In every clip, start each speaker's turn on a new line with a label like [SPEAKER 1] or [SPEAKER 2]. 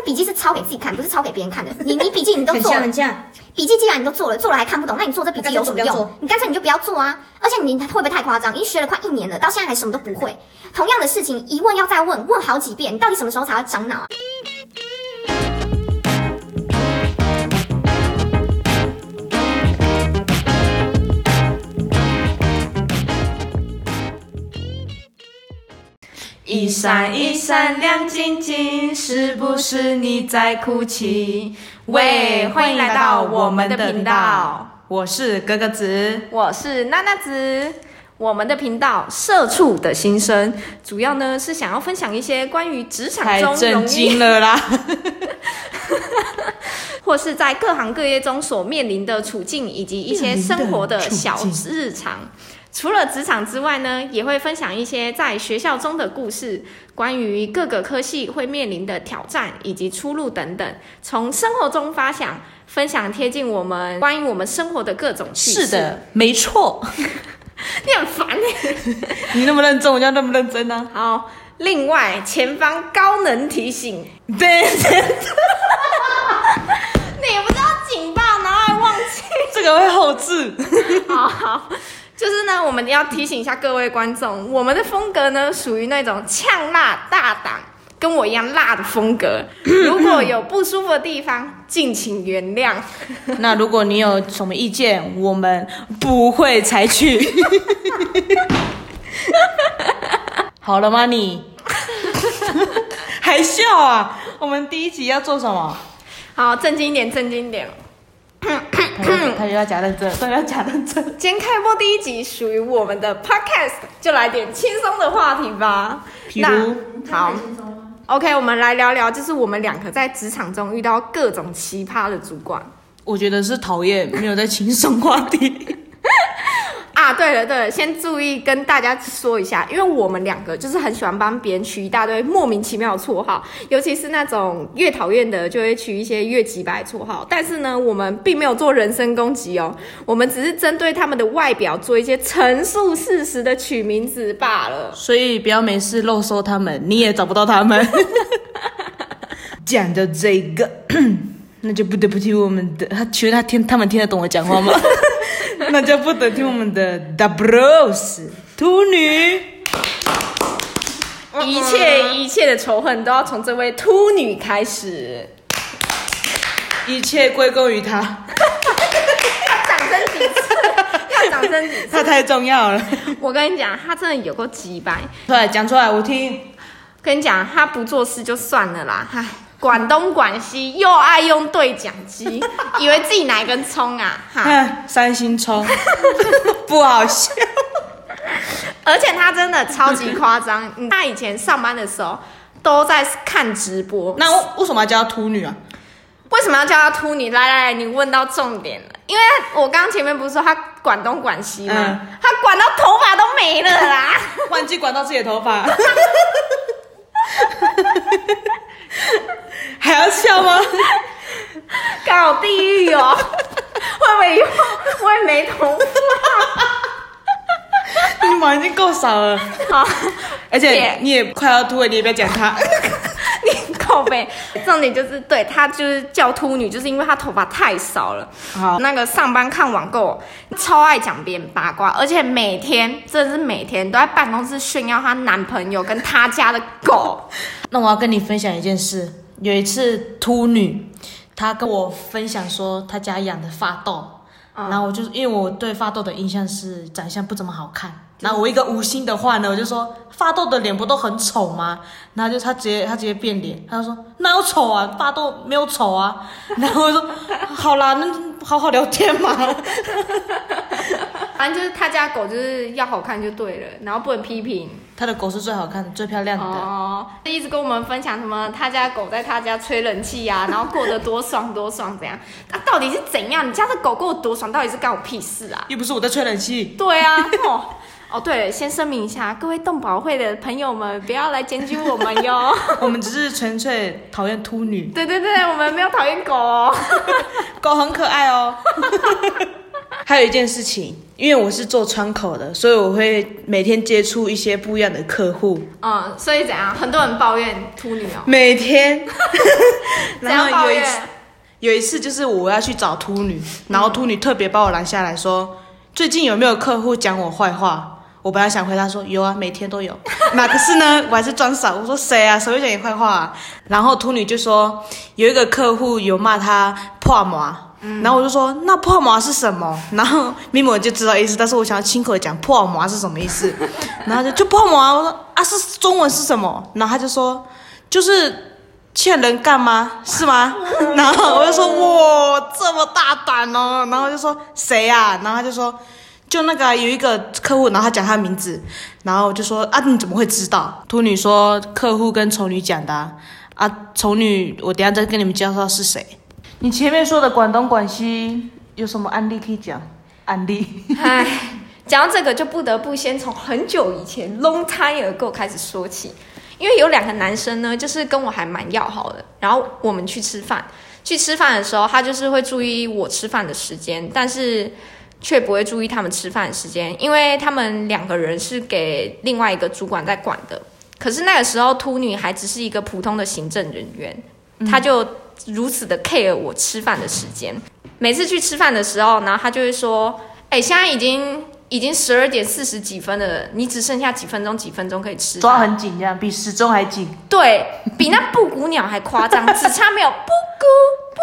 [SPEAKER 1] 笔记是抄给自己看，不是抄给别人 看的。你你笔记你都
[SPEAKER 2] 很
[SPEAKER 1] 做
[SPEAKER 2] 像
[SPEAKER 1] 了
[SPEAKER 2] 很，像，
[SPEAKER 1] 笔记既然你都做了，做了还看不懂，那你做这笔记有什么
[SPEAKER 2] 那干脆就不要
[SPEAKER 1] 用
[SPEAKER 2] 做？
[SPEAKER 1] 你干脆你就不要做啊！而且你会不会太夸张？已经学了快一年了，到现在还什么都不会。同样的事情一问要再问，问好几遍，你到底什么时候才要长脑啊？
[SPEAKER 3] 一闪一闪亮晶晶，是不是你在哭泣？喂，欢迎来到我们的频道，我是格格子。
[SPEAKER 4] 我是娜娜子。我们的频道《社畜的心声》，主要呢是想要分享一些关于职场
[SPEAKER 3] 太
[SPEAKER 4] 中
[SPEAKER 3] 震
[SPEAKER 4] 容易
[SPEAKER 3] 惊了啦！
[SPEAKER 4] 或是在各行各业中所面临的处境，以及一些生活的小日常。除了职场之外呢，也会分享一些在学校中的故事，关于各个科系会面临的挑战以及出路等等，从生活中发想，分享贴近我们关于我们生活的各种趣事。
[SPEAKER 3] 是，的，没错。
[SPEAKER 4] 你很烦欸
[SPEAKER 3] 你那么认真，我就要那么认真啊呢、
[SPEAKER 4] 好，另外前方高能提醒，
[SPEAKER 3] 啊。对，
[SPEAKER 4] 你不知道警报，然后还忘记。
[SPEAKER 3] 这个会后置。
[SPEAKER 4] 好好，就是呢，我们要提醒一下各位观众，我们的风格呢属于那种呛辣大胆。跟我一样辣的风格，如果有不舒服的地方，敬请原谅。
[SPEAKER 3] 那如果你有什么意见，我们不会采取。 好了吗你？ 还笑啊？我们第一集要做什么？
[SPEAKER 4] 好，正经一点，正经一点。
[SPEAKER 3] 他又他又要假认真，他又要假认真。
[SPEAKER 4] 今天开播第一集属于我们的 podcast，就来点轻松的话题吧。
[SPEAKER 3] 比如
[SPEAKER 4] 那好，OK，我们来聊聊，就是我们两个在职场中遇到各种奇葩的主管
[SPEAKER 3] 我觉得是讨厌没有在轻松话题。
[SPEAKER 4] 啊。对了对了，先注意跟大家说一下，因为我们两个就是很喜欢帮别人取一大堆莫名其妙的绰号，尤其是那种越讨厌的就会取一些越几百绰号。但是呢，我们并没有做人身攻击哦，我们只是针对他们的外表做一些陈述事实的取名字罢了。
[SPEAKER 3] 所以不要没事漏搜他们，你也找不到他们。 讲到这个， 那就不得不听我们的，他其实他听他们听得懂我讲话吗？ 那就不得听我们的 The Bros 秃女，
[SPEAKER 4] 一切一切的仇恨都要从这位秃女开始。
[SPEAKER 3] 一切归功于他，
[SPEAKER 4] 要掌声几次？要掌声几
[SPEAKER 3] 他太重要了。
[SPEAKER 4] 次？ 我跟你讲，他真的有够鸡掰。
[SPEAKER 3] 出来讲出来，我听。
[SPEAKER 4] 跟你讲，他不做事就算了啦，唉，管东管西，又爱用对讲 机，以为自己哪一根葱啊？哈！
[SPEAKER 3] 看三星冲， 不好笑。
[SPEAKER 4] 而且他真的超级夸张，嗯他以前上班的时候都在看直播。
[SPEAKER 3] 那我为什么要叫她秃女啊？
[SPEAKER 4] 为什么要叫他秃女？来来来，你问到重点了，因为我刚前面不是说他管东管西吗？
[SPEAKER 3] 嗯
[SPEAKER 4] 他管到头发都没了啦。
[SPEAKER 3] 忘记管到自己的头发，还要笑吗？
[SPEAKER 4] 搞地狱哦！ 会不会以后会没头
[SPEAKER 3] 你毛已经够少了，
[SPEAKER 4] 发？
[SPEAKER 3] 而且
[SPEAKER 4] 姐
[SPEAKER 3] 你也快要秃了，你也不要讲他。
[SPEAKER 4] 你靠背，重点就是对她就是叫秃女，就是因为她头发太少了。
[SPEAKER 3] 好
[SPEAKER 4] 那个上班看网购，超爱讲别人八卦，而且每天真的是每天都在办公室炫耀她男朋友跟她家的 狗。
[SPEAKER 3] 那我要跟你分享一件事，有一次秃女，她跟我分享说她家养的发豆，然后我就因为我对发豆的印象是长相不怎么好看，然后我一个无心的话呢，我就说发豆的脸不都很丑吗？然后就她直接她直接变脸，她就说哪有丑啊，发豆没有丑啊，然后我就说 好啦，那好好聊天嘛，
[SPEAKER 4] 反正就是她家狗就是要好看就对了，然后不能批评。
[SPEAKER 3] 她的狗是最好看、最漂亮的。
[SPEAKER 4] 哦，一直跟我们分享什么他家狗在他家吹冷气啊，然后过得多爽多爽怎样？那、到底是怎样？你家的狗过得多爽，到底是干我屁事啊？
[SPEAKER 3] 又不是我在吹冷气，
[SPEAKER 4] 对啊，哦。哦，对了，先声明一下，各位动保会的朋友们，不要来检举我们 哟。
[SPEAKER 3] 我们只是纯粹讨厌秃女，
[SPEAKER 4] 对对对，我们没有讨厌狗哦。
[SPEAKER 3] 狗很可爱哦。还有一件事情，因为我是做窗口的，所以我会每天接触一些不一样的客户，
[SPEAKER 4] 嗯，所以怎样？很多人抱怨秃女 哦，
[SPEAKER 3] 每 天。
[SPEAKER 4] 怎
[SPEAKER 3] 然
[SPEAKER 4] 样
[SPEAKER 3] 后
[SPEAKER 4] 抱
[SPEAKER 3] 有一
[SPEAKER 4] 怨？
[SPEAKER 3] 次，有一次就是我要去找秃女，然后秃女特别把我拦下来说，最近有没有客户讲我坏话？我本来想回答说有啊，每天都有。 那可是呢，我还是装傻，我说谁啊？谁会讲你坏话、啊？然后秃女就说有一个客户有骂她破麻。然后我就说那破麻是什么？然后咪咪就知道意思，但是我想要亲口讲破麻是什么意思，然后她就就破麻。我说啊是中文是什么？然后他就说就是欠人干吗？是吗？然后我就说哇，这么大胆哦！然后就说谁呀、然后他就说就那个啊有一个客户，然后他讲他名字，然后我就说啊你怎么会知道？秃女说客户跟丑女讲的啊，啊丑女我等一下再跟你们介绍是谁。你前面说的广东广西有什么案例可以讲？案 例
[SPEAKER 4] 唉， 讲到这个就不得不先从很久以前 long time ago 开始说起，因为有两个男生呢，就是跟我还蛮要好的，然后我们去吃饭，去吃饭的时候，他就是会注意我吃饭的时间，但是却不会注意他们吃饭的时间，因为他们两个人是给另外一个主管在管的。可是那个时候，秃女还只是一个普通的行政人员，她就如此的 care 我吃饭的时间。每次去吃饭的时候，然后她就会说：“哎、现在已经已经十二点四十几分了，你只剩下几分钟，几分钟可以吃饭。”
[SPEAKER 5] 抓很紧，这样比时钟还紧。
[SPEAKER 4] 对比那布谷鸟还 夸张，只差没有布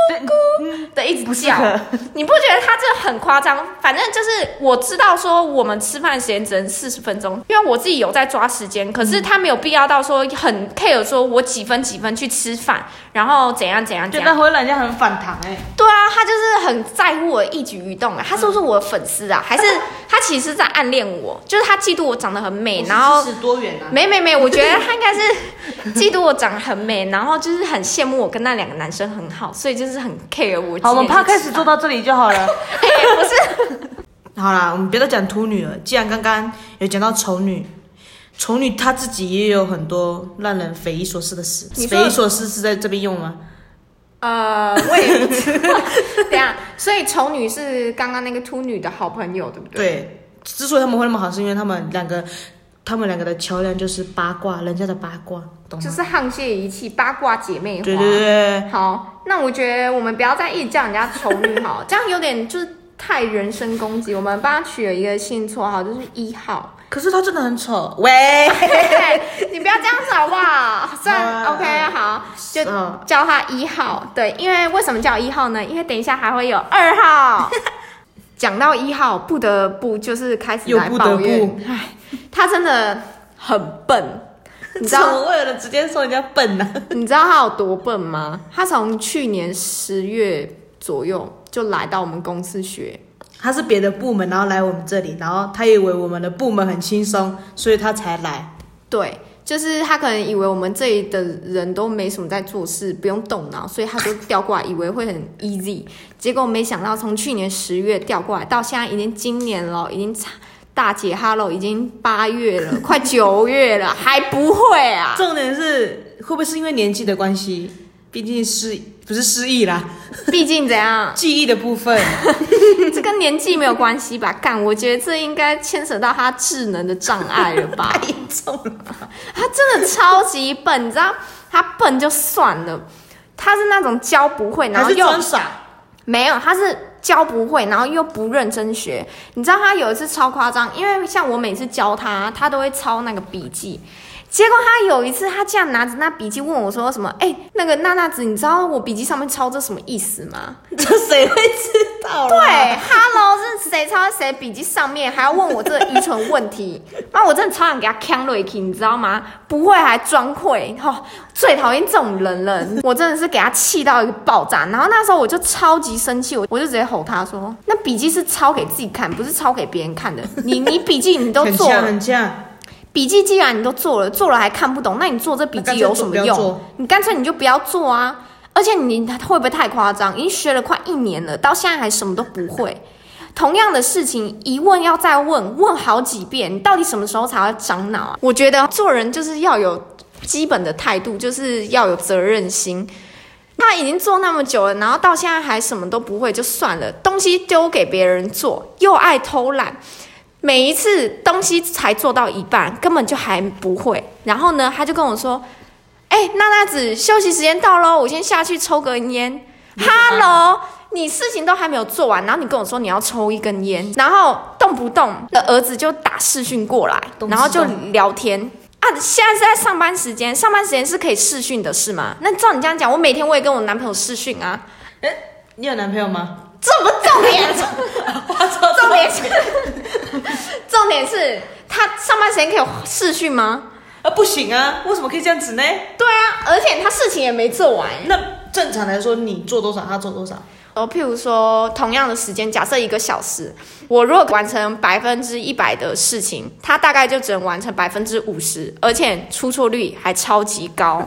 [SPEAKER 5] 对嗯
[SPEAKER 4] 谷布谷的一直叫
[SPEAKER 5] 不适合。
[SPEAKER 4] 你不觉得它这很夸张？反正就是我知道说我们吃饭时间只能四十分钟，因为我自己有在抓时间，可是他没有必要到说很 care 说我几分几分去吃饭，然后怎样怎样怎
[SPEAKER 5] 觉
[SPEAKER 4] 样
[SPEAKER 5] 得。回来人家很反弹哎、
[SPEAKER 4] 对啊，他就是很在乎我的一举一动
[SPEAKER 5] 嗯
[SPEAKER 4] 啊，他是不是我的粉丝啊？还是他其实是在暗恋我？就是他嫉妒我长得很美，哎然后
[SPEAKER 5] 是多远啊？
[SPEAKER 4] 没没没，我觉得他应该是嫉妒我长得很美，然后就是很羡慕我跟那两个男生很好，所以就是很 care 我。
[SPEAKER 5] 好，我们 p 开始做到这里就好了。
[SPEAKER 4] 哎、不是，
[SPEAKER 3] 好啦，我们别再讲秃女了。既然刚刚有讲到丑女，丑女她自己也有很多让人匪夷所思的事。
[SPEAKER 4] 你说
[SPEAKER 3] 匪夷所思是在这边用吗？
[SPEAKER 4] 呃， 我也不知道。等一下，啊所以丑女是刚刚那个秃女的好朋友，对不对？
[SPEAKER 3] 对，之所以他们会那么好，是因为他们两个，他们两个的桥梁就是八卦，人家的八卦，懂吗？
[SPEAKER 4] 就是沆瀣一气，八卦姐妹花。
[SPEAKER 3] 对对对对，
[SPEAKER 4] 好，那我觉得我们不要再一直叫人家丑女好，这样有点就是太人身攻击。我们帮她取了一个新绰号，就是一号。
[SPEAKER 3] 可是他真的很丑。 喂，
[SPEAKER 4] 对，哎你不要这样子好不好？算
[SPEAKER 3] 好
[SPEAKER 4] OK 好，就
[SPEAKER 3] 嗯
[SPEAKER 4] 叫他一号。对，因为为什么叫一号呢？因为等一下还会有二号。 讲到一号，不得不就是开始
[SPEAKER 3] 又
[SPEAKER 4] 来
[SPEAKER 3] 不
[SPEAKER 4] 抱
[SPEAKER 3] 得
[SPEAKER 4] 怨，
[SPEAKER 3] 不，
[SPEAKER 4] 他真的很 笨，你知
[SPEAKER 3] 怎
[SPEAKER 4] 道
[SPEAKER 3] 么为了直接说人家笨啊呢、
[SPEAKER 4] 你知道他有多笨吗？他从去年十月左右就来到我们公司学，
[SPEAKER 3] 他是别的部门，然后来我们这里，然后他以为我们的部门很轻松，所以他才来。
[SPEAKER 4] 对，就是他可能以为我们这里的人都没什么在做事，不用动脑，所以他就调过来，以为会很 easy。结果没想到，从去年十月调过来到现在，已经今年了，已经差大姐哈喽，已经八月了，快九月了，还不会啊？
[SPEAKER 3] 重点是会不会是因为年纪的关系？毕竟失不是失忆啦，
[SPEAKER 4] 毕竟怎样，
[SPEAKER 3] 记忆的 部分。
[SPEAKER 4] 这跟年纪没有关系吧？干，我觉得这应该牵扯到他智能的障碍了吧？
[SPEAKER 3] 太严重了。
[SPEAKER 4] 他真的超级笨，你知道，他笨就算了，他是那种教不会，然
[SPEAKER 3] 还
[SPEAKER 4] 后
[SPEAKER 3] 是
[SPEAKER 4] 又
[SPEAKER 3] 装傻，
[SPEAKER 4] 没有，他是教不会，然后又不认真学。你知道他有一次超夸张，因为像我每次教他，他都会抄那个笔记。结果他有一次，他竟然拿着那笔记问我说什么：“哎、那个娜娜子，你知道我笔记上面抄这什么意思吗？”
[SPEAKER 3] 这谁会知道啦？
[SPEAKER 4] 对，Hello 是谁抄在谁笔记上面，还要问我这个愚蠢问题？那我真的超想给他呛瑞克，你知道吗？不会还装会，哦，最讨厌这种人了。我真的是给他气到一个爆炸。然后那时候我就超级生气，我我就直接吼他说：“那笔记是抄给自己看，不是抄给别人看的。你你笔记你都
[SPEAKER 3] 很
[SPEAKER 4] 做
[SPEAKER 3] 像
[SPEAKER 4] 了，
[SPEAKER 3] 很像，
[SPEAKER 4] 笔记既然你都做了，做了还看不懂，那你做这笔记有什么
[SPEAKER 3] 那干脆就不要
[SPEAKER 4] 用
[SPEAKER 3] 做？
[SPEAKER 4] 你干脆你就不要做啊！而且你会不会太夸张？已经学了快一年了，到现在还什么都不会。同样的事情一问要再问，问好几遍，你到底什么时候才会长脑啊？我觉得做人就是要有基本的态度，就是要有责任心。他他已经做那么久了，然后到现在还什么都不会，就算了，东西丢给别人做，又爱偷懒。每一次东西才做到一半，根本就还不会。然后呢，他就跟我说：“哎、娜娜子，休息时间到喽，我先下去抽根烟。”Hello，你事情都还没有做完，然后你跟我说你要抽一根烟，然后动不动的儿子就打视讯过来，
[SPEAKER 6] 动
[SPEAKER 4] 然后就
[SPEAKER 6] 视
[SPEAKER 4] 聊天。啊，现在是在上班时间，上班时间是可以视讯的，是吗？那照你这样讲，我每天我也跟我男朋友视讯啊，
[SPEAKER 6] 你有男朋友 吗？
[SPEAKER 4] 这不重点，重点 是，重点是他上班时间可以视讯吗？
[SPEAKER 3] 啊，不行啊，为什么可以这样子呢？
[SPEAKER 4] 对啊，而且他事情也没做完。
[SPEAKER 3] 那正常来说，你做多少，他做多少。
[SPEAKER 4] 哦，譬如说，同样的时间，假设一个小时，我如果完成百分之一百的事情，他大概就只能完成百分之五十，而且出错率还超级 高。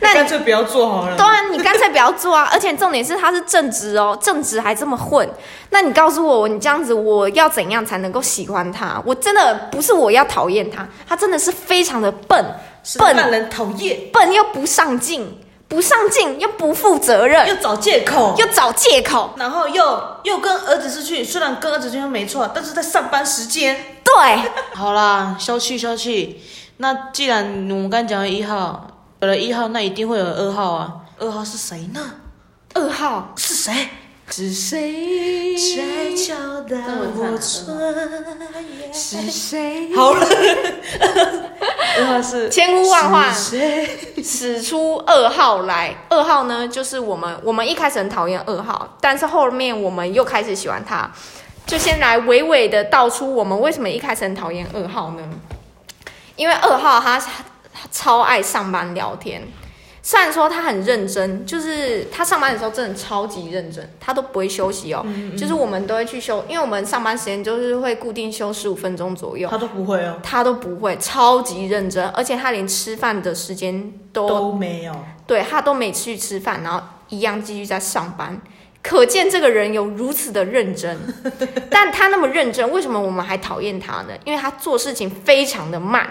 [SPEAKER 4] 那你
[SPEAKER 3] 干脆不要做好了。
[SPEAKER 4] 对啊，你干脆不要做啊！而且重点是他是正职哦，正职还这么混，那你告诉我，你这样子我要怎样才能够喜欢他？我真的不是我要讨厌他，他真的是非常的笨，
[SPEAKER 3] 是让
[SPEAKER 4] 笨
[SPEAKER 3] 人讨厌，
[SPEAKER 4] 笨又不上进，不上进又不负责任，
[SPEAKER 3] 又找借口，
[SPEAKER 4] 又找借口。
[SPEAKER 3] 然后又又跟儿子出去，虽然跟儿子出去没错，但是在上班时间。
[SPEAKER 4] 对，
[SPEAKER 3] 好啦，消气消气。那既然我们刚讲了一号，有了一号，那一定会有二号啊。二号是谁呢？
[SPEAKER 4] 二号
[SPEAKER 3] 是谁？是
[SPEAKER 4] 谁
[SPEAKER 3] 谁敲打我窗？
[SPEAKER 4] 是谁？
[SPEAKER 3] 好了，二号是
[SPEAKER 4] 千呼万唤
[SPEAKER 3] 是谁？
[SPEAKER 4] 使出二号来。二号呢，就是我们，我们一开始很讨厌二号，但是后面我们又开始喜欢他。就先来娓娓的道出我们为什么一开始很讨厌二号呢？因为二号他他超爱上班聊天，虽然说他很认真，就是他上班的时候真的超级认真，他都不会休息哦。就是我们都会去休，因为我们上班时间就是会固定休十五分钟左右。
[SPEAKER 3] 他都不会哦，
[SPEAKER 4] 他都不会，超级认真，而且他连吃饭的时间都
[SPEAKER 3] 都没有。
[SPEAKER 4] 对他都没去吃饭，然后一样继续在上班。可见这个人有如此的认 真，但他那么认真，为什么我们还讨厌他呢？因为他做事情非常的慢，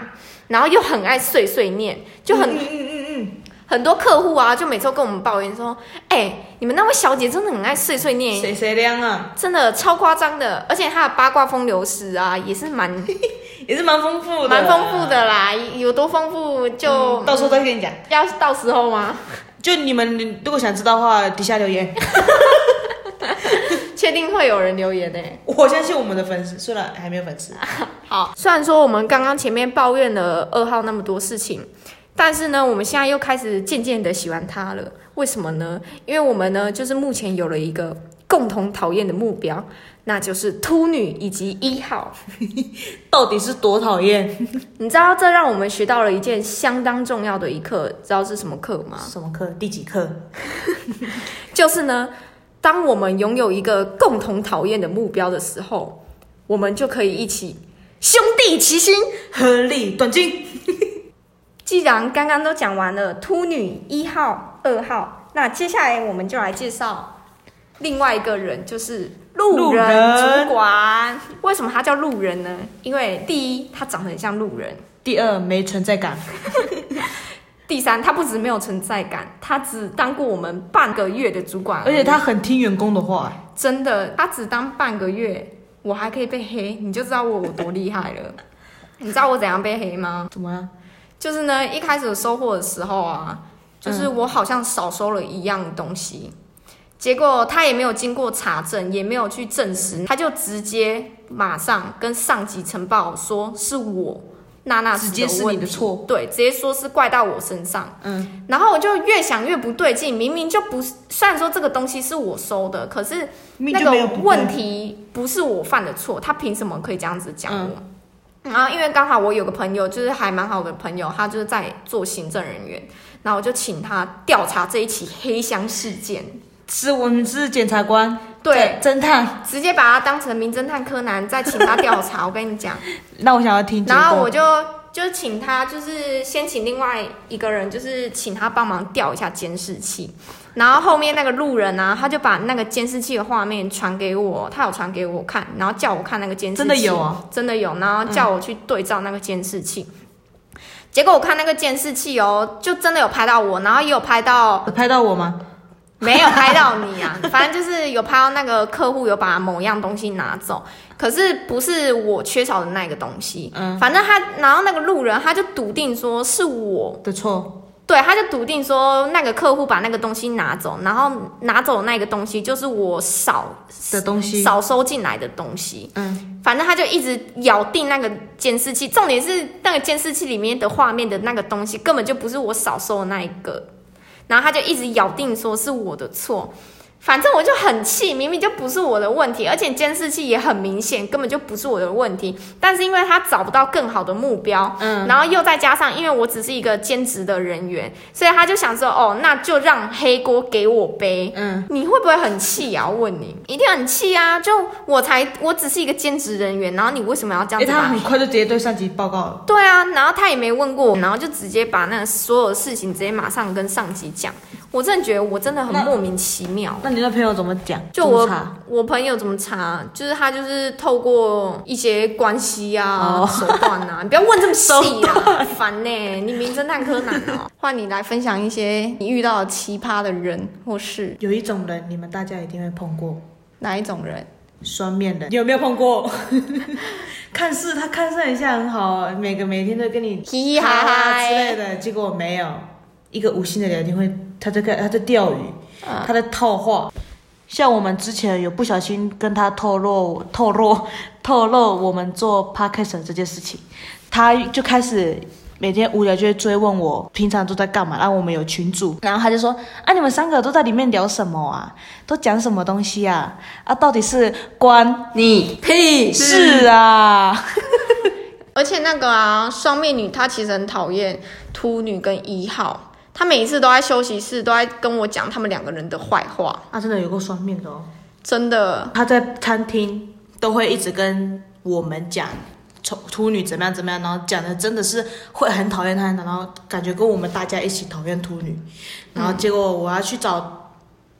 [SPEAKER 4] 然后又很爱碎碎念，就很、
[SPEAKER 3] 嗯嗯嗯嗯
[SPEAKER 4] 很多客户啊，就每次都跟我们抱怨说：“哎、你们那位小姐真的很爱碎碎
[SPEAKER 3] 嗯，
[SPEAKER 4] 念，
[SPEAKER 3] 谁谁亮啊，
[SPEAKER 4] 真的超夸张的，而且她的八卦风流史啊，也是蛮
[SPEAKER 3] 也是蛮丰富的，
[SPEAKER 4] 蛮丰富。的啦，有多丰富就、
[SPEAKER 3] 到时候再跟你讲。
[SPEAKER 4] 要到时候吗？
[SPEAKER 3] 就你们如果想知道的话，底下留言。
[SPEAKER 4] 确定会有人留言呢、
[SPEAKER 3] 我相信我们的粉丝，虽然还没有粉丝，
[SPEAKER 4] 好，虽然说我们刚刚前面抱怨了二号那么多事情，但是呢，我们现在又开始渐渐的喜欢他了。为什么呢？因为我们呢，就是目前有了一个共同讨厌的目标，那就是秃女以及一号。
[SPEAKER 3] 到底是多讨厌？
[SPEAKER 4] 你知道这让我们学到了一件相当重要的一课，知道是什么课吗？
[SPEAKER 3] 什么课？第几课？
[SPEAKER 4] 就是呢，当我们拥有一个共同讨厌的目标的时候，我们就可以一起兄弟齐心。
[SPEAKER 3] 合力短进。
[SPEAKER 4] 既然刚刚都讲完了秃女一号、二号，那接下来我们就来介绍另外一个人，就是路
[SPEAKER 3] 路人
[SPEAKER 4] 人主管。为什么他叫路人呢？因为第一，他长得很像路人；
[SPEAKER 3] 第二，没存在感。
[SPEAKER 4] 第三，他不止没有存在感，他只当过我们半个月的主管而已，
[SPEAKER 3] 而且他很听员工的话、
[SPEAKER 4] 真的，他只当半个月，我还可以被黑，你就知道我有多厉害了。你知道我怎样被黑吗？
[SPEAKER 3] 怎么啊了？
[SPEAKER 4] 就是呢，一开始有收货的时候
[SPEAKER 3] 嗯
[SPEAKER 4] 啊，就是我好像少收了一样东西，结果他也没有经过查证，也没有去证
[SPEAKER 3] 嗯
[SPEAKER 4] 实，他就直接马上跟上级呈报说是我娜娜
[SPEAKER 3] 直接是你的错，
[SPEAKER 4] 对，直接说是怪到我身上。
[SPEAKER 3] 嗯，
[SPEAKER 4] 然后我就越想越不对劲，明明就不是，虽然说这个东西是我收的，可是
[SPEAKER 3] 明明
[SPEAKER 4] 那
[SPEAKER 3] 就没有
[SPEAKER 4] 个
[SPEAKER 3] 不对
[SPEAKER 4] 问题不是我犯的错，他凭什么可以这样子讲我？
[SPEAKER 3] 嗯
[SPEAKER 4] 然后因为刚好我有个朋友，就是还蛮好的朋友，他就是在做行政人员，然后我就请他调查这一起黑箱事件，
[SPEAKER 3] 是我们是检察官，
[SPEAKER 4] 对，
[SPEAKER 3] 侦探。
[SPEAKER 4] 直接把他当成名侦探柯南再请他调查。我跟你讲，
[SPEAKER 3] 那我想要听结果。
[SPEAKER 4] 然后我就就请他，就是先请另外一个人，就是请他帮忙调一下监视器。然后后面那个路人啊，他就把那个监视器的画面传给我，他有传给我看，然后叫我看那个监视器，
[SPEAKER 3] 真的有啊，
[SPEAKER 4] 真的有，然后叫我去对照那个监视器。结果我看那个监视器哦，就真的有拍到我，然后也有拍到
[SPEAKER 3] 有拍到我吗？
[SPEAKER 4] 没有拍到你啊， 反正就是有拍到那个客户有把某样东西拿走，可是不是我缺少的那个东西。嗯，反正他，然后那个路人他就笃定说是我，
[SPEAKER 3] 的错，
[SPEAKER 4] 对，他就笃定说那个客户把那个东西拿走，然后拿走那个东西就是我少
[SPEAKER 3] 的东西
[SPEAKER 4] 少收进来的东西。
[SPEAKER 3] 嗯，
[SPEAKER 4] 反正他就一直咬定那个监视器，重点是那个监视器里面的画面的那个东西根本就不是我少收的那一个，然后他就一直咬定说是我的错。反正我就很气，明明就不是我的问题，而且监视器也很明显，根本就不是我的问题。但是因为他找不到更好的目标，嗯，然后又再加上因为我只是一个兼职的人员，所以他就想说，哦，那就让黑锅给我背。嗯，你会不会很气啊？我问你，一定很气啊！就我才，我只是一个兼职人员，然后你为什么要这样
[SPEAKER 3] 诶，
[SPEAKER 4] 子把
[SPEAKER 3] 他很快就直接对上级报告了，
[SPEAKER 4] 对啊，然后他也没问过我，然后就直接把那所有事情直接马上跟上级讲。我真的觉得我真的很
[SPEAKER 3] 那
[SPEAKER 4] 莫名其妙。
[SPEAKER 3] 那你那朋友怎么讲？
[SPEAKER 4] 就
[SPEAKER 3] 怎么
[SPEAKER 4] 我
[SPEAKER 3] 查
[SPEAKER 4] 我朋友怎么查，就是他就是透过一些关系啊、
[SPEAKER 3] 哦
[SPEAKER 4] 手段啊，你不要问这么 细啦，烦呢、你名侦探柯南哦、 换你来分享一些你遇到的奇葩的人或是
[SPEAKER 3] 有一种人，你们大家一定会碰过，
[SPEAKER 4] 哪一种人？
[SPEAKER 3] 双面人，你有没有碰过？ 看似他看上一下很好，每个每天都跟你
[SPEAKER 4] 嘻嘻哈哈
[SPEAKER 3] 之类的，结果没有一个无心的聊天会，他在看他在钓鱼，
[SPEAKER 4] 啊
[SPEAKER 3] 他在套话。像我们之前有不小心跟他透露透露透露我们做 podcast 这件事情，他就开始每天无聊就会追问我平常都在干嘛，然后我们有群组，然后他就说啊你们三个都在里面聊什么啊，都讲什么东西啊，啊到底是关你屁事啊？
[SPEAKER 4] 而且那个啊，双面女她其实很讨厌秃女跟一号，她每一次都在休息室都在跟我讲他们两个人的坏话，
[SPEAKER 3] 啊真的有个双面的哦。
[SPEAKER 4] 真的
[SPEAKER 3] 他在餐厅都会一直跟我们讲。丑秃女怎么样怎么样，然后讲的真的是会很讨厌她，然后感觉跟我们大家一起讨厌秃女，
[SPEAKER 4] 嗯
[SPEAKER 3] 然后结果我要去找，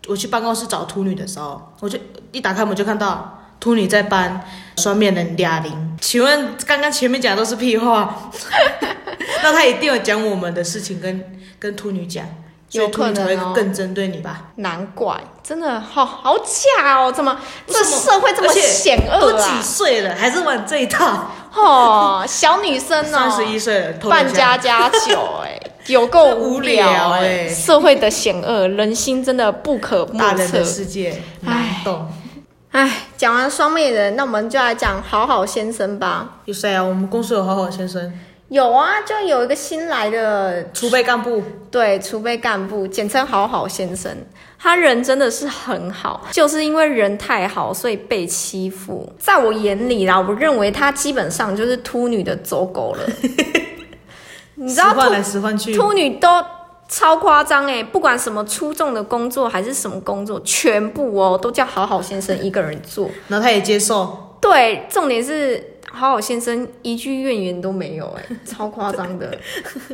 [SPEAKER 3] 我去办公室找秃女的时候，我就一打开门就看到秃女在帮双面人哑铃。请问刚刚前面讲的都是 屁话，那他一定有讲我们的事情跟跟秃女讲，所以
[SPEAKER 4] 有
[SPEAKER 3] 秃
[SPEAKER 4] 可
[SPEAKER 3] 女才会
[SPEAKER 4] 能哦
[SPEAKER 3] 更针对你吧？
[SPEAKER 4] 难怪，真的好好假哦！怎么这社会这么
[SPEAKER 3] 而且
[SPEAKER 4] 险
[SPEAKER 3] 都
[SPEAKER 4] 恶
[SPEAKER 3] 几
[SPEAKER 4] 啊？
[SPEAKER 3] 岁了，还是玩这一套？
[SPEAKER 4] 哦，小女生哦，
[SPEAKER 3] 三十一岁了，偷人
[SPEAKER 4] 扮家家酒、哎，有够无聊
[SPEAKER 3] 这无聊
[SPEAKER 4] 哎、
[SPEAKER 3] 哎
[SPEAKER 4] 社会的险恶，人心真的不可
[SPEAKER 3] 大
[SPEAKER 4] 莫
[SPEAKER 3] 人
[SPEAKER 4] 测
[SPEAKER 3] 的。世界
[SPEAKER 4] 唉
[SPEAKER 3] 难懂。
[SPEAKER 4] 哎，讲完双面人，那我们就来讲好好先生吧。
[SPEAKER 3] 有谁啊？我们公司有好好先生，
[SPEAKER 4] 有啊，就有一个新来的
[SPEAKER 3] 储备干部，
[SPEAKER 4] 对，储备干部，简称好好先生，他人真的是很好，就是因为人太好，所以被欺负。在我眼里啦，我认为他基本上就是秃女的走狗了。你知道
[SPEAKER 3] 使
[SPEAKER 4] 秃
[SPEAKER 3] 唤来使唤去，
[SPEAKER 4] 秃女都超夸张哎，不管什么出众的工作还是什么工作，全部哦都叫好好先生一个人做。
[SPEAKER 3] 然后他也接受，
[SPEAKER 4] 对，重点是好好先生一句怨言都没有、哎，超夸张的。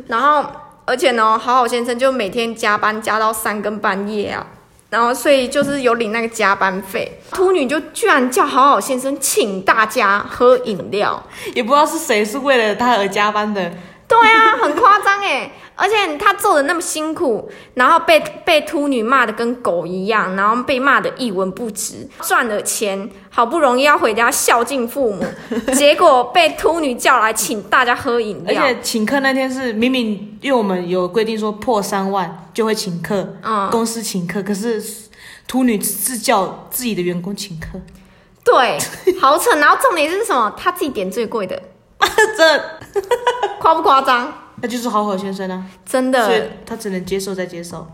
[SPEAKER 4] 然后，而且呢，好好先生就每天加班加到三更半夜啊，然后所以就是有领那个加班费。秃女就居然叫好好先生请大家喝饮料，
[SPEAKER 3] 也不知道是谁是为了他而加班的。
[SPEAKER 4] 对啊，很夸张哎！而且他做的那么辛苦，然后被被秃女骂的跟狗一样，然后被骂的一文不值，赚了钱好不容易要回家孝敬父 母，结果被秃女叫来请大家喝饮
[SPEAKER 3] 而
[SPEAKER 4] 料，
[SPEAKER 3] 且请客那天是明明，因为我们有规定说破三万就会请客，
[SPEAKER 4] 嗯
[SPEAKER 3] 公司请客，可是秃女自叫自己的员工请客，
[SPEAKER 4] 对，好扯。然后重点是什么？他自己点最贵的，
[SPEAKER 3] 这
[SPEAKER 4] 夸不夸张？
[SPEAKER 3] 那就是好好先生啊，
[SPEAKER 4] 真的，
[SPEAKER 3] 所以他只能接受再接受。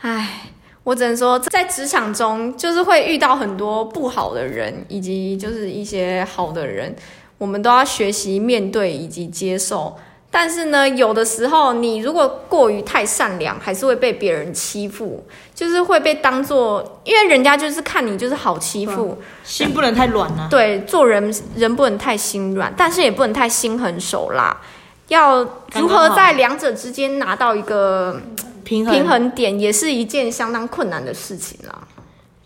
[SPEAKER 4] 唉，我只能说，在职场中就是会遇到很多不好的人，以及就是一些好的人，我们都要学习面对以及接受。但是呢，有的时候你如果过于太善良，还是会被别人欺负，就是会被当做，因为人家就是看你就是好欺负，
[SPEAKER 3] 心不能太软啊了、
[SPEAKER 4] 对，做人人不能太心软，但是也不能太心狠手辣，要如何在两者之间拿到一个
[SPEAKER 3] 平衡
[SPEAKER 4] 平衡点也是一件相当困难的事情啦。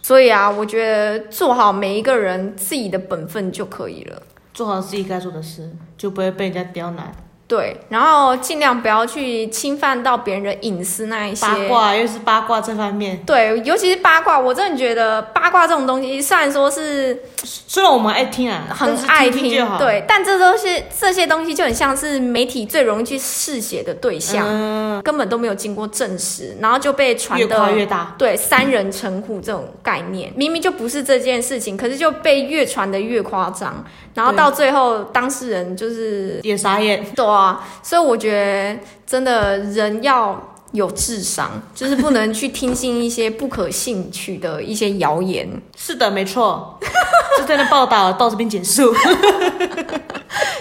[SPEAKER 4] 所以啊，我觉得做好每一个人自己的本分就可以了。
[SPEAKER 3] 做好自己该做的事，就不会被人家刁难。
[SPEAKER 4] 对，然后尽量不要去侵犯到别人的隐私那一些
[SPEAKER 3] 八卦又是八卦这方面。
[SPEAKER 4] 对，尤其是八卦，我真的觉得八卦这种东西，虽然说是
[SPEAKER 3] 虽然我们爱听啊，
[SPEAKER 4] 很
[SPEAKER 3] 但是
[SPEAKER 4] 爱
[SPEAKER 3] 听就好。，
[SPEAKER 4] 对，但这都是这些东西就很像是媒体最容易去嗜血的对
[SPEAKER 3] 嗯
[SPEAKER 4] 象，根本都没有经过证实，然后就被传
[SPEAKER 3] 越夸
[SPEAKER 4] 的
[SPEAKER 3] 越大。
[SPEAKER 4] 对三人称呼这种概念，明明就不是这件事情，可是就被越传的越夸张，然后到最后当事人就是
[SPEAKER 3] 也傻眼。
[SPEAKER 4] 对啊，所以我觉得真的人要有智商，就是不能去听信一些不可信取的一些谣 言。
[SPEAKER 3] 是的，没错，就在那报道到这边结束。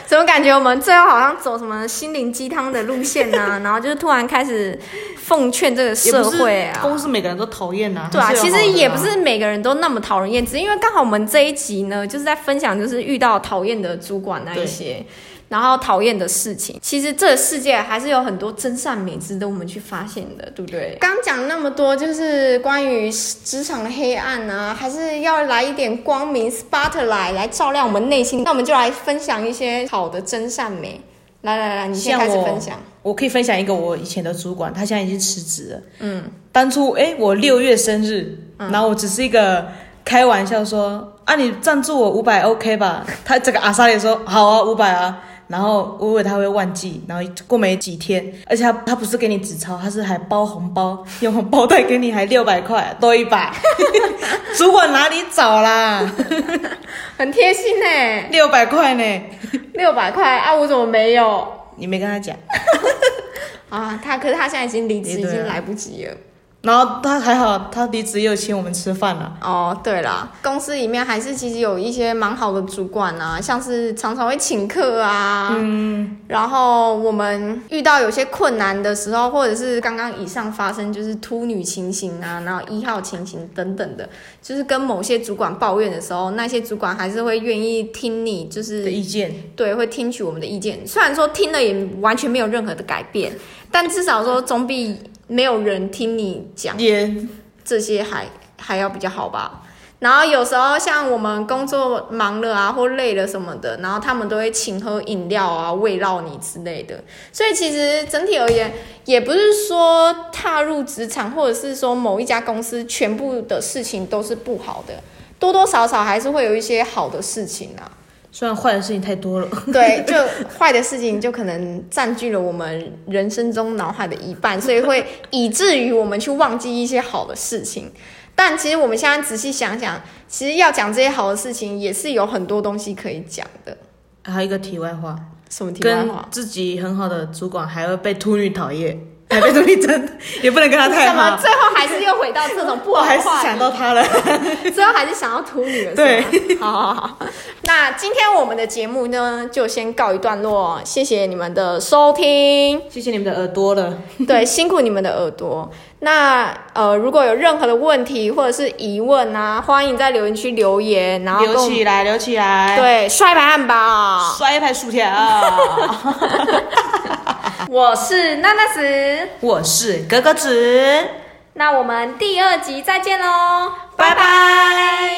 [SPEAKER 4] 怎么感觉我们最后好像走什么心灵鸡汤的路线呢、然后就是突然开始奉劝这个
[SPEAKER 3] 也
[SPEAKER 4] 社
[SPEAKER 3] 不是
[SPEAKER 4] 会啊。
[SPEAKER 3] 公司每个人都讨厌呐。
[SPEAKER 4] 对啊，
[SPEAKER 3] 还
[SPEAKER 4] 其
[SPEAKER 3] 有好
[SPEAKER 4] 实
[SPEAKER 3] 的
[SPEAKER 4] 也
[SPEAKER 3] 啊
[SPEAKER 4] 不是每个人都那么讨人厌，只是因为刚好我们这一集呢，就是在分享就是遇到讨厌的主管那一些，然后讨厌的事情。其实这个世界还是有很多真善美值得我们去发现的，对不对？刚讲那么多，就是关于职场的黑暗啊，还是要来一点光明 spotlight 来照亮我们内心。那我们就来分享一些好的真善美。来来来，你先开
[SPEAKER 3] 像
[SPEAKER 4] 始
[SPEAKER 3] 我
[SPEAKER 4] 分享。
[SPEAKER 3] 我可以分享一个我以前的主管，他现在已经辞职了。嗯，当初哎，诶我六月生日，
[SPEAKER 4] 嗯
[SPEAKER 3] 然后我只是一个开玩笑说啊，你赞助我五百 OK 吧？ 他这个阿莎也说好啊，五百啊。然后我以为他会忘记，然后过没几天，而且他他不是给你纸钞，他是还包红包，用红包袋给你，还六百块，多一百， 主管哪里找啦？
[SPEAKER 4] 很贴心呢、欸，
[SPEAKER 3] 六百块呢？
[SPEAKER 4] 六百块啊，我怎么没有？
[SPEAKER 3] 你没跟他讲。
[SPEAKER 4] 啊，他可是他现在已经离职，
[SPEAKER 3] 也
[SPEAKER 4] 已
[SPEAKER 3] 对啊
[SPEAKER 4] 经来不及了。
[SPEAKER 3] 然后他还好，他离职又请我们吃饭了。
[SPEAKER 4] 哦，对啦，公司里面还是其实有一些蛮好的主管啊，像是常常会请客啊，嗯，然后我们遇到有些困难的时候，或者是刚刚以上发生就是秃女情形啊，然后一号情形等等的，就是跟某些主管抱怨的时候，那些主管还是会愿意听你就是
[SPEAKER 3] 的意见，
[SPEAKER 4] 对，会听取我们的意见。虽然说听了也完全没有任何的改变，但至少说总比没有人听你讲
[SPEAKER 3] 也
[SPEAKER 4] 这些还还要比较好吧。然后有时候像我们工作忙了啊，或累了什么的，然后他们都会请喝饮料啊，慰劳你之类的。所以其实整体而言，也不是说踏入职场，或者是说某一家公司全部的事情都是不好的，多多少少还是会有一些好的事情啊。
[SPEAKER 3] 虽然坏的事情太多了，
[SPEAKER 4] 对，就坏的事情就可能占据了我们人生中脑海的一半，所以会以至于我们去忘记一些好的事情。但其实我们现在仔细想想，其实要讲这些好的事情，也是有很多东西可以讲的。
[SPEAKER 3] 还有一个题外话，
[SPEAKER 4] 什么题外
[SPEAKER 3] 跟
[SPEAKER 4] 话？
[SPEAKER 3] 自己很好的主管还会被秃女讨厌， 还被秃女针， 也不能跟他太
[SPEAKER 4] 怎么
[SPEAKER 3] 好。
[SPEAKER 4] 最后还是又回到这种不
[SPEAKER 3] 我
[SPEAKER 4] 好
[SPEAKER 3] 还
[SPEAKER 4] 的
[SPEAKER 3] 是
[SPEAKER 4] 话题
[SPEAKER 3] 想到 他了，
[SPEAKER 4] 最后还是想要秃女了，
[SPEAKER 3] 对
[SPEAKER 4] 是吗，好好好。那今天我们的节目呢，就先告一段落，谢谢你们的收听。
[SPEAKER 3] 谢谢你们的耳朵了，
[SPEAKER 4] 对，辛苦你们的耳朵。那呃，如果有任何的问题或者是疑问啊，欢迎在留言区留言，然后跟
[SPEAKER 3] 留
[SPEAKER 4] 我们
[SPEAKER 3] 起来，留起来，，
[SPEAKER 4] 对摔白汉堡。
[SPEAKER 3] 摔一排 薯条。
[SPEAKER 4] 我是娜娜子，
[SPEAKER 3] 我是格格子，
[SPEAKER 4] 那我们第二集再见喽，
[SPEAKER 3] 拜拜。